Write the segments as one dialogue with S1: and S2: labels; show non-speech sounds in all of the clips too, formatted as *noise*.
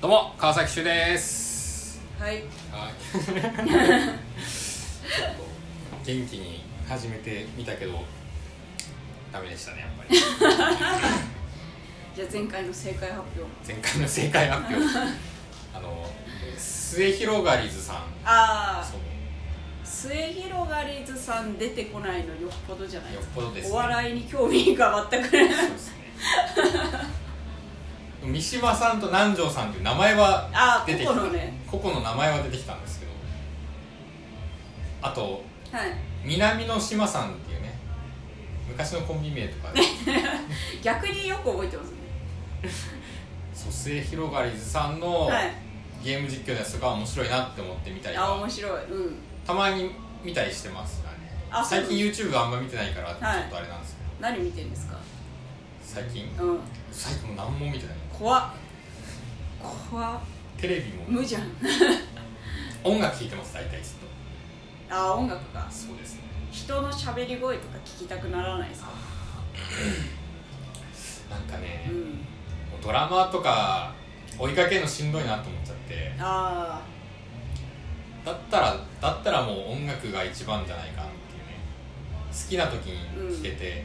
S1: どうも川崎修です
S2: はい
S1: はい *laughs* ちょっと元気に始めてみたけどダメでしたねやっ *laughs* ぱり
S2: じゃあ前回の正解発表
S1: 前回の正解発 *laughs* 表あの末広がりずさん
S2: あ
S1: そ
S2: あ
S1: う
S2: 末広がりずさん出てこないのよっぽどじゃない
S1: よ
S2: で
S1: っ
S2: すか
S1: ぽどですね
S2: お笑いに興味が
S1: *laughs*
S2: 全くない
S1: そうですね三島さんと南條さんという名前は
S2: あー
S1: 出てきた
S2: 個々のね
S1: 個々の名前は出てきたんですけどあと
S2: はい
S1: 南の島さんっていうね昔のコンビ名とかで
S2: *laughs* 逆によく覚えてますね
S1: 蘇生広がりずさんの
S2: はい
S1: ゲーム実況のやつとかは面白いなって思って見たり
S2: あ
S1: は
S2: 面白いうん
S1: たまに見たりしてますがね
S2: あそう
S1: 最近 YouTube あんま見てないからちょっとあれなんですけど、
S2: 何見てるんですか
S1: 最近
S2: うん
S1: 最近もう何も見てない
S2: 怖っ怖っ
S1: テレビも
S2: 無じゃん
S1: 音楽聴いてます大体ずっと
S2: あー音楽か
S1: そうですね
S2: 人の喋り声とか聞きたくならないですか
S1: なんかね
S2: う、ん
S1: もうドラマとか追いかけるのしんどいなと思っちゃって
S2: あ
S1: だったらだったらもう音楽が一番じゃないかっていうね好きな時に聴けて、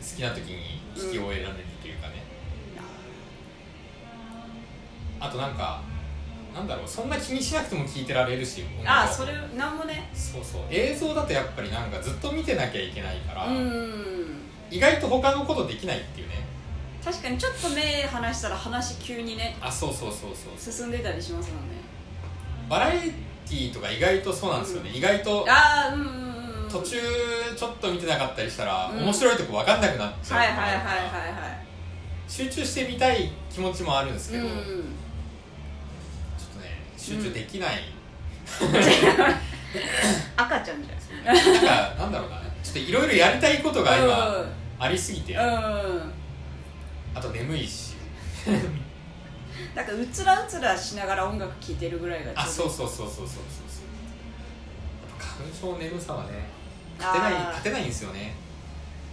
S1: 好きな時に聴き終えられるというかね、
S2: ーあ
S1: あとなんかなんだろうそんな気にしなくても聴いてられるし音楽は
S2: あーそれなんもね
S1: そうそう映像だとやっぱりなんかずっと見てなきゃいけないから、
S2: うん
S1: 意外と他のことできないっていうね
S2: 確かにちょっと目離したら話急にね
S1: あそうそうそうそう
S2: 進んでたりしますもんね
S1: バラエティーとか意外とそうなんですよね、意外と
S2: ああうんうんうん
S1: 途中ちょっと見てなかったりしたら、
S2: うん
S1: 面白いとこ分かんなくなっちゃう
S2: はいはい
S1: から
S2: はいはいはい
S1: 集中してみたい気持ちもあるんですけど、
S2: う
S1: ちょっ
S2: ん
S1: とね集中でき
S2: *laughs*
S1: ない、
S2: 赤ちゃんじ
S1: な
S2: ゃ
S1: んかなんだろうなちょっといろいろやりたいことが
S2: ん
S1: 今ありすぎて、
S2: うんうん
S1: あと眠いし
S2: なんかうつらうつらしながら音楽聴いてるぐらいが
S1: あ
S2: ちょ
S1: そううそうそうそうそうそうそうやっぱ花粉症眠さはね
S2: ど
S1: 勝てない
S2: あー
S1: 勝てないんですよね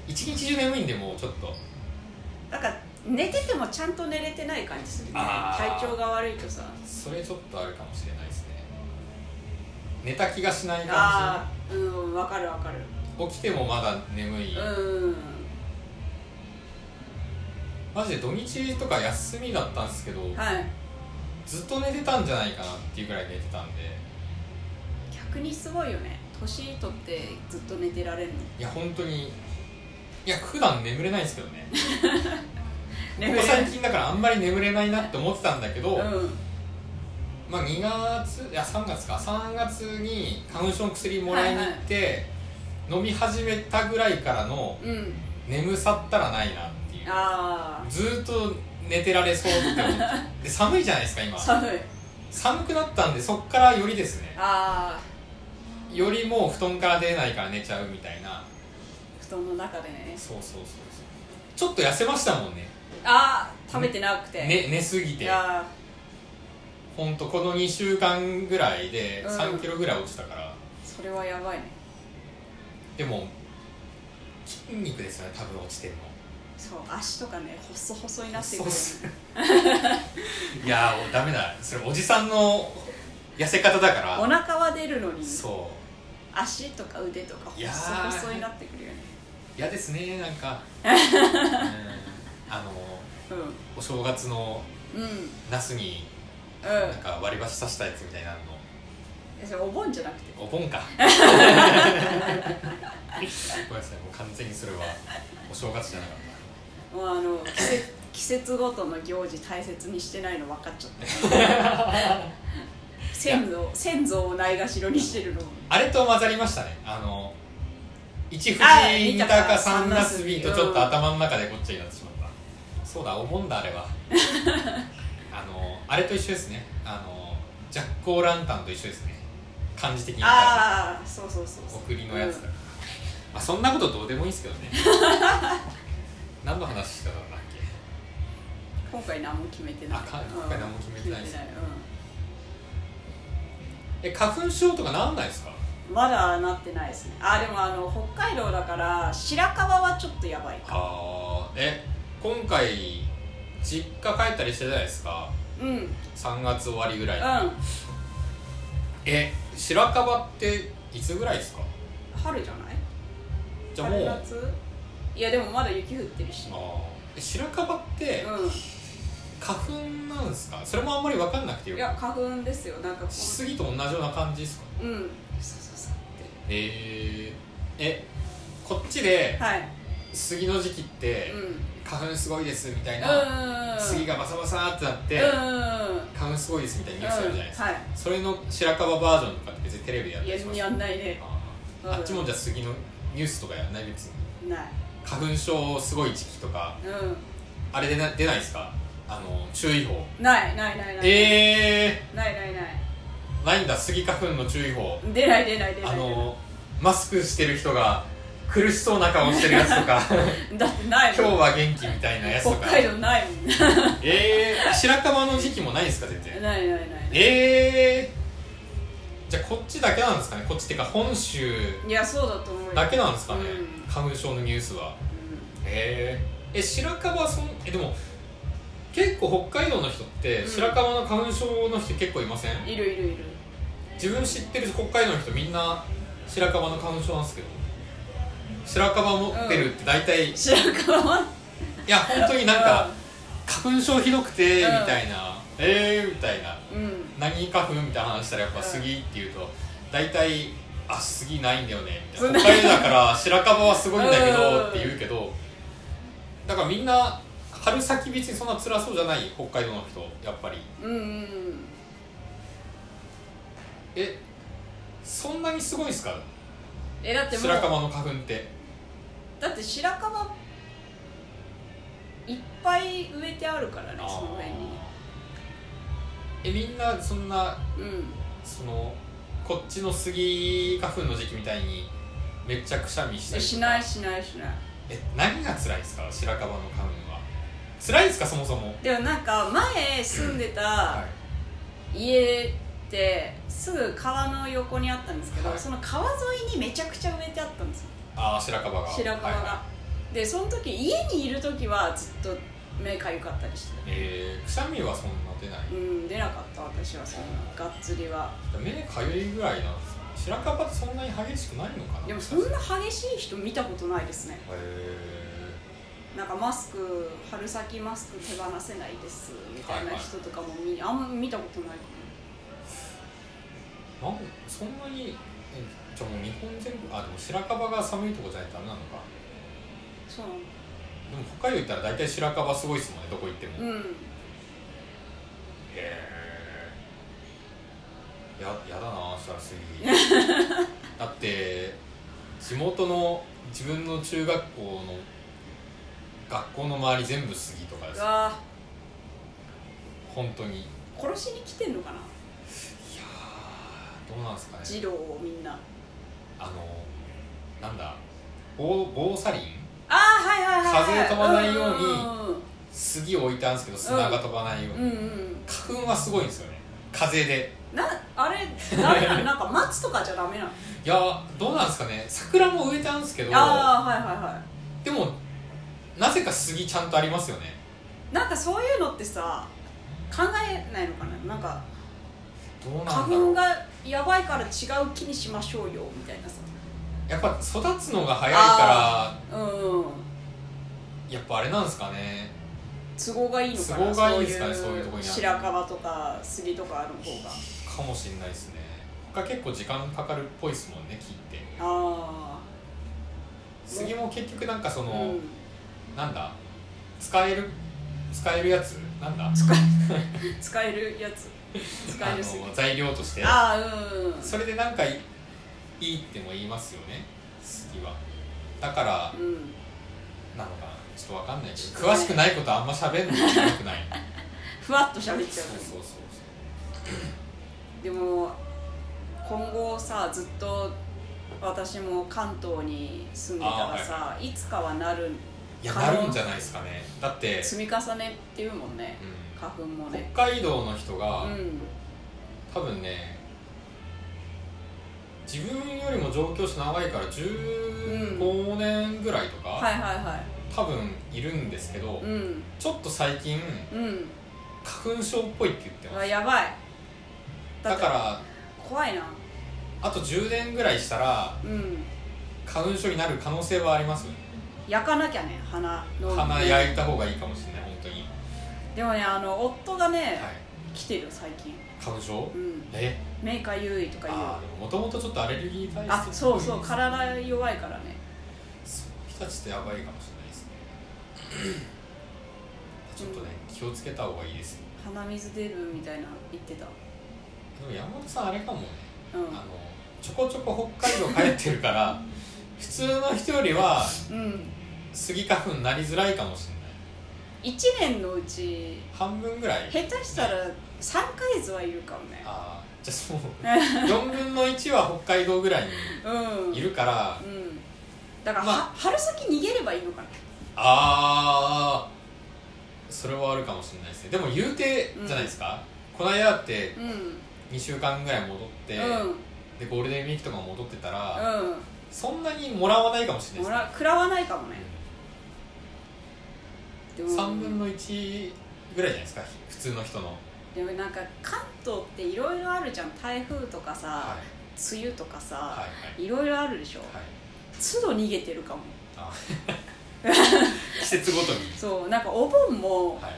S1: 一日中眠いんでもうちょっと
S2: なんか寝ててもちゃんと寝れてない感じするね
S1: あー
S2: 体調が悪いとさ
S1: それちょっとあるかもしれないですね寝た気がしない感
S2: ああうんわかるわかる
S1: じ起きてもまだ眠い、
S2: うん
S1: マジで土日とか休みだったんですけど、
S2: はい
S1: ずっと寝てたんじゃないかなっていうぐらい寝てたんで
S2: 逆にすごいよね年取ってずっと寝てられるの
S1: いや本当にいや普段眠れないんですけどねここ
S2: れ
S1: 最近だからあんまり眠れないなって思ってたんだけど、
S2: うん
S1: まあ2月いや3月か3月に花粉症の薬もらいに行って、飲み始めたぐらいからの
S2: うん
S1: 眠さったらないなっていう
S2: あ
S1: ずーっと寝てられそうって思って
S2: *laughs*
S1: で寒いじゃないですか今
S2: あ寒い
S1: 寒くなったんでそっからよりですね
S2: ああ
S1: よりもう布団から出ないから寝ちゃうみたいな
S2: 布団の中でね
S1: そうそうそうそうちょっと痩せましたもんね
S2: ああ食べてなくて
S1: ね寝すぎ
S2: い
S1: て
S2: や
S1: ほんとこの2週間ぐらいで
S2: うん
S1: 3キロぐらい落ちたから、
S2: ーそれはやばいね
S1: でも筋肉ですよね多分落ちてるの
S2: そう足とかね細細になって
S1: そ
S2: くる
S1: うっすいやーダメだそれおじさんの痩せ方だか
S2: お
S1: ら
S2: 腹は出るのに
S1: そ
S2: 足とか腕とか
S1: いや
S2: 細
S1: ー
S2: 細になってくるよね
S1: う嫌ですねなん
S2: *laughs*
S1: かうんあの
S2: う
S1: お正月の
S2: んうんうん
S1: ナスになんか割り箸刺したやつみたいなの
S2: えそれお盆じゃなくて
S1: お盆かごめんなさいもう完全にそれはお正月じゃなかっ
S2: もうあの
S1: *laughs*
S2: 季節季節ごとの行事大切にしてないの分かっちゃった
S1: *laughs*
S2: 先祖先祖をないがしろにしてるの
S1: たあれと混ざりましたねあの一富
S2: あ
S1: 士
S2: 見
S1: 二
S2: たか
S1: 鷹三ナスビーとちょっと
S2: うん
S1: 頭の中でこっちになってしまったそうだお盆だあ *laughs* れはあのあれと一緒ですねあのジャック・オーランタンと一緒ですね漢字的に言ったら
S2: ああそうそうそうそう
S1: 送りのやつだから、まあ、そんなことどうでもいいんですけど *laughs* ね何の話してたんだっけ
S2: 今回何も決めてない
S1: あか今回何も決めてないです
S2: 決め
S1: え花粉症とかなんないですか
S2: うんまだなってないですねあでもあの北海道だから白樺はちょっとやばいか
S1: あーえ今回実家帰ったりしてたじゃないですか
S2: うんうん
S1: 3月終わりぐらいにえ白樺っていつぐらいですか
S2: 春じゃない
S1: じゃあもう
S2: 春
S1: あ
S2: 夏いやでもまだ雪降ってるし
S1: ーえ白樺って
S2: う
S1: 花粉なんですかそれもあんまり分かんなくて
S2: ん
S1: よ
S2: いや花粉ですよなんかこ
S1: しすぎと同じような感じですか
S2: ううんそうそうそうっ
S1: えー、えこっち
S2: て
S1: で
S2: はい
S1: 杉の時期って
S2: うん
S1: 花粉すごいですみたいな、
S2: うん
S1: 杉がバサバサってなって、
S2: うん
S1: 花粉すごいですみたいなニュースあるじゃないですか、
S2: は
S1: それの白樺バージョンとかって別にテレビでやっ
S2: い
S1: たりしま
S2: い
S1: す
S2: ややんないね
S1: あーあっちもじゃあ杉のニュースとかやんない別に
S2: ない
S1: 花粉症すごい時期とか
S2: う
S1: あれでな出ないですかあの注意報
S2: んないないないない
S1: え
S2: ないないない
S1: ー、ないんだ杉花粉の注意報
S2: 出ない出ない出ない
S1: あのマスクしてる人が苦しそうな顔してるやつと
S2: *laughs*
S1: か
S2: 出ないだってない
S1: 今
S2: もん
S1: 日は元気みたいなやつと
S2: 北
S1: か
S2: 海道ないもん
S1: えー、白樺の時期もないですか全然
S2: ないないない
S1: えー、じゃあこっちだけなんですかねこっちっていうか本州
S2: いやそうだと思うよ
S1: だけなんですかね、
S2: うん
S1: 花粉症のニュースは
S2: う
S1: へええ白樺はそんえでも結構北海道の人って
S2: うん
S1: 白樺の花粉症の人結構いません、
S2: んいるいるいる
S1: 自分知ってる北海道の人みんな白樺の花粉症なんですけど白樺持ってるって大体、い
S2: 白川
S1: や本当になんか
S2: うん
S1: 花粉症ひどくてみ
S2: うん
S1: たいな、えーみたいな
S2: うん
S1: 何花粉みたいな話したらやっぱ杉っていうと大体あ杉ないんだよねみたいな
S2: そ
S1: 北海道だから白樺はすごいんだけ
S2: う
S1: ど
S2: ん
S1: って言うけどだからみんな春先別にそんな辛そうじゃない北海道の人やっぱり
S2: うんうん
S1: えそんなにすごいんすか
S2: えだってもう
S1: 白樺の花粉って
S2: だって白樺いっぱい植えてあるからねその上に
S1: えみんなそんな
S2: うん
S1: そのこっちの杉花粉の時期みたいにめっちゃくしゃみした
S2: え
S1: りとか
S2: しないしないしない
S1: え何が辛いですか白樺の花粉は辛いですかそもそも
S2: でもなんか前住んで
S1: は
S2: た
S1: い
S2: 家ってすぐ川の横にあったんですけど、
S1: はい
S2: その川沿いにめちゃくちゃ植えてあったんですよ
S1: ああ白樺が
S2: 白樺が、
S1: はいはい
S2: でその時家にいる時はずっと目かゆかったりして
S1: えー、くしゃみはそんな出ない
S2: たうん出なかった私はそんながっつりは
S1: 目かゆいぐらいなんですか白樺ってそんなに激しくないのかな
S2: でもそん
S1: へ
S2: な激しい人見たことないですね
S1: え
S2: なんかマスク春先マスク手放せないですみたいな人とかも見,、あんま見たことないか
S1: ー、なんそんなにえじゃあもう日本全国あでも白樺が寒いとこじゃないとダメなのか
S2: なそうなの
S1: でも北海道行ったら大体白樺すごいですもんねどこ行っても、へ
S2: うん
S1: えややだな白杉
S2: *laughs*
S1: だって地元の自分の中学校の学校の周り全部杉とかです
S2: うわ
S1: 本当にいや
S2: 殺しに来てんのかな
S1: ーどうなんですかね
S2: 児童をみんな
S1: あのなんだ防防砂林
S2: ああはいはいはいはい
S1: 風が飛ばないように
S2: う
S1: 杉を置いたんですけど砂が飛ばないように、
S2: んうんうんうんうん
S1: 花粉はすごいんですよね風で
S2: なあれダ
S1: *laughs*
S2: メなのなんか松とかじゃダメなの
S1: いやーどうなんですかね桜も植えたんですけど
S2: ああはいはいは
S1: でもなぜか杉ちゃんとありますよね
S2: いなんかそういうのってさ考えないのかななんか
S1: どうなんだ
S2: 花
S1: ろ
S2: 粉
S1: う
S2: がやばいから違う木にしましょうよみたいなさ
S1: やっぱ育つのが早いか
S2: うんうん
S1: らやっぱあれなんですかね
S2: 都合がいいのかな
S1: 都合がいいんですかねそういうとこにある
S2: 白樺とか杉とかの方が
S1: かもしれないですね他結構時間かかるっぽいですもんね木って
S2: あ
S1: 杉も結局なんかそ
S2: あ
S1: の、
S2: うん
S1: なんだ使える使えるやつなんだ
S2: 使え使えるやつ使える杉
S1: あの材料として
S2: ああうんうん
S1: それでなんかいいいっても言いますよね杉はだから
S2: うん
S1: なのかなちょっとわかんないけ
S2: ちょっ
S1: ど
S2: とね
S1: 詳しくないことあんま喋るのはよく
S2: *laughs*
S1: ない
S2: ふわっと喋っち
S1: そ
S2: ゃ
S1: う
S2: う
S1: そうそう
S2: でも今後さずっと私も関東に住んでたらさ、い、つかはなる
S1: いやなるんじゃないですかねだって、
S2: 積み重ねっていうもんね
S1: う
S2: 花粉も
S1: ん
S2: ね、
S1: 北海道の人
S2: う
S1: が、
S2: ん、
S1: 多分ね自分よりも上京して長いから15年ぐらいとか、
S2: はいはいはい
S1: 多分いるんですけど、
S2: うん
S1: ちょっと最近
S2: うん
S1: 花粉症っぽいって言って
S2: う
S1: ま
S2: わ
S1: す
S2: やばい
S1: だ
S2: って
S1: から
S2: 怖いな
S1: あと10年ぐらいしたら
S2: うん
S1: 花粉症になる可能性はありますよね
S2: 焼かなきゃね鼻の
S1: 鼻焼いた方がいいかもしれない本当に、
S2: でもねあの夫がね、
S1: はい、
S2: 来てるよ最近
S1: 花粉症
S2: うん
S1: え
S2: メーカー優位とか言う
S1: ああでももともとちょっとアレルギー体質
S2: あそうそう
S1: か
S2: 体弱いからね
S1: そう人たちってやばいかもしれないですね *clears throat* ちょっとね気をつけた方がいいですよ
S2: 鼻水出るみたいな言ってた
S1: でも山本さんあれかもね
S2: うん
S1: あのちょこちょこ北海道帰ってるから *laughs* 普通の人よりは
S2: うん
S1: スギ花粉になりづらいかもしれない
S2: 1年のうち
S1: 半分ぐらい
S2: 下手したら3ヶ月はいるかもね
S1: ああじゃあそう4分の1は北海道ぐらい
S2: うん
S1: にいるから
S2: うんだから、
S1: まあ
S2: は春先逃げればいいのかな
S1: ああそれはあるかもしれないですねでも言うてじゃないですか、この間だって
S2: うん
S1: 2週間ぐらい戻って、
S2: うん
S1: でゴールデンウィークとか戻ってたら、
S2: う
S1: そんなにもらわないかもしれ
S2: ん
S1: ない
S2: も
S1: で、
S2: ら食らわないかもねですも
S1: ね、3分の1ぐらいじゃないですか普通の人の、
S2: でもなんか関東っていろいろあるじゃん台風とかさ、
S1: はい、
S2: 梅雨とかさ、
S1: はいはい
S2: いろいろあるでしょ
S1: はい
S2: 都度逃げてるかも
S1: あ季節ごとに
S2: そうなんかお盆も
S1: はい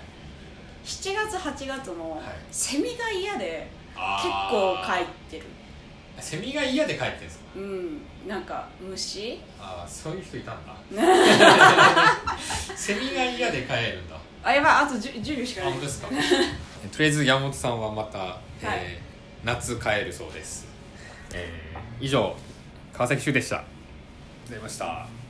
S2: 7月8月
S1: はい
S2: のセミが嫌で結構
S1: あー
S2: 帰ってる
S1: セミが嫌で帰ってるんですか
S2: うんなんか虫
S1: ああそういう人いた
S2: *laughs*
S1: んだセミが嫌で帰るんだ
S2: あやばいあと 10, 10秒しかない
S1: 本当ですかとりあえず山本さんはまた、えー
S2: はい
S1: 夏帰るそうです、えー以上川崎修でしたありがとうございました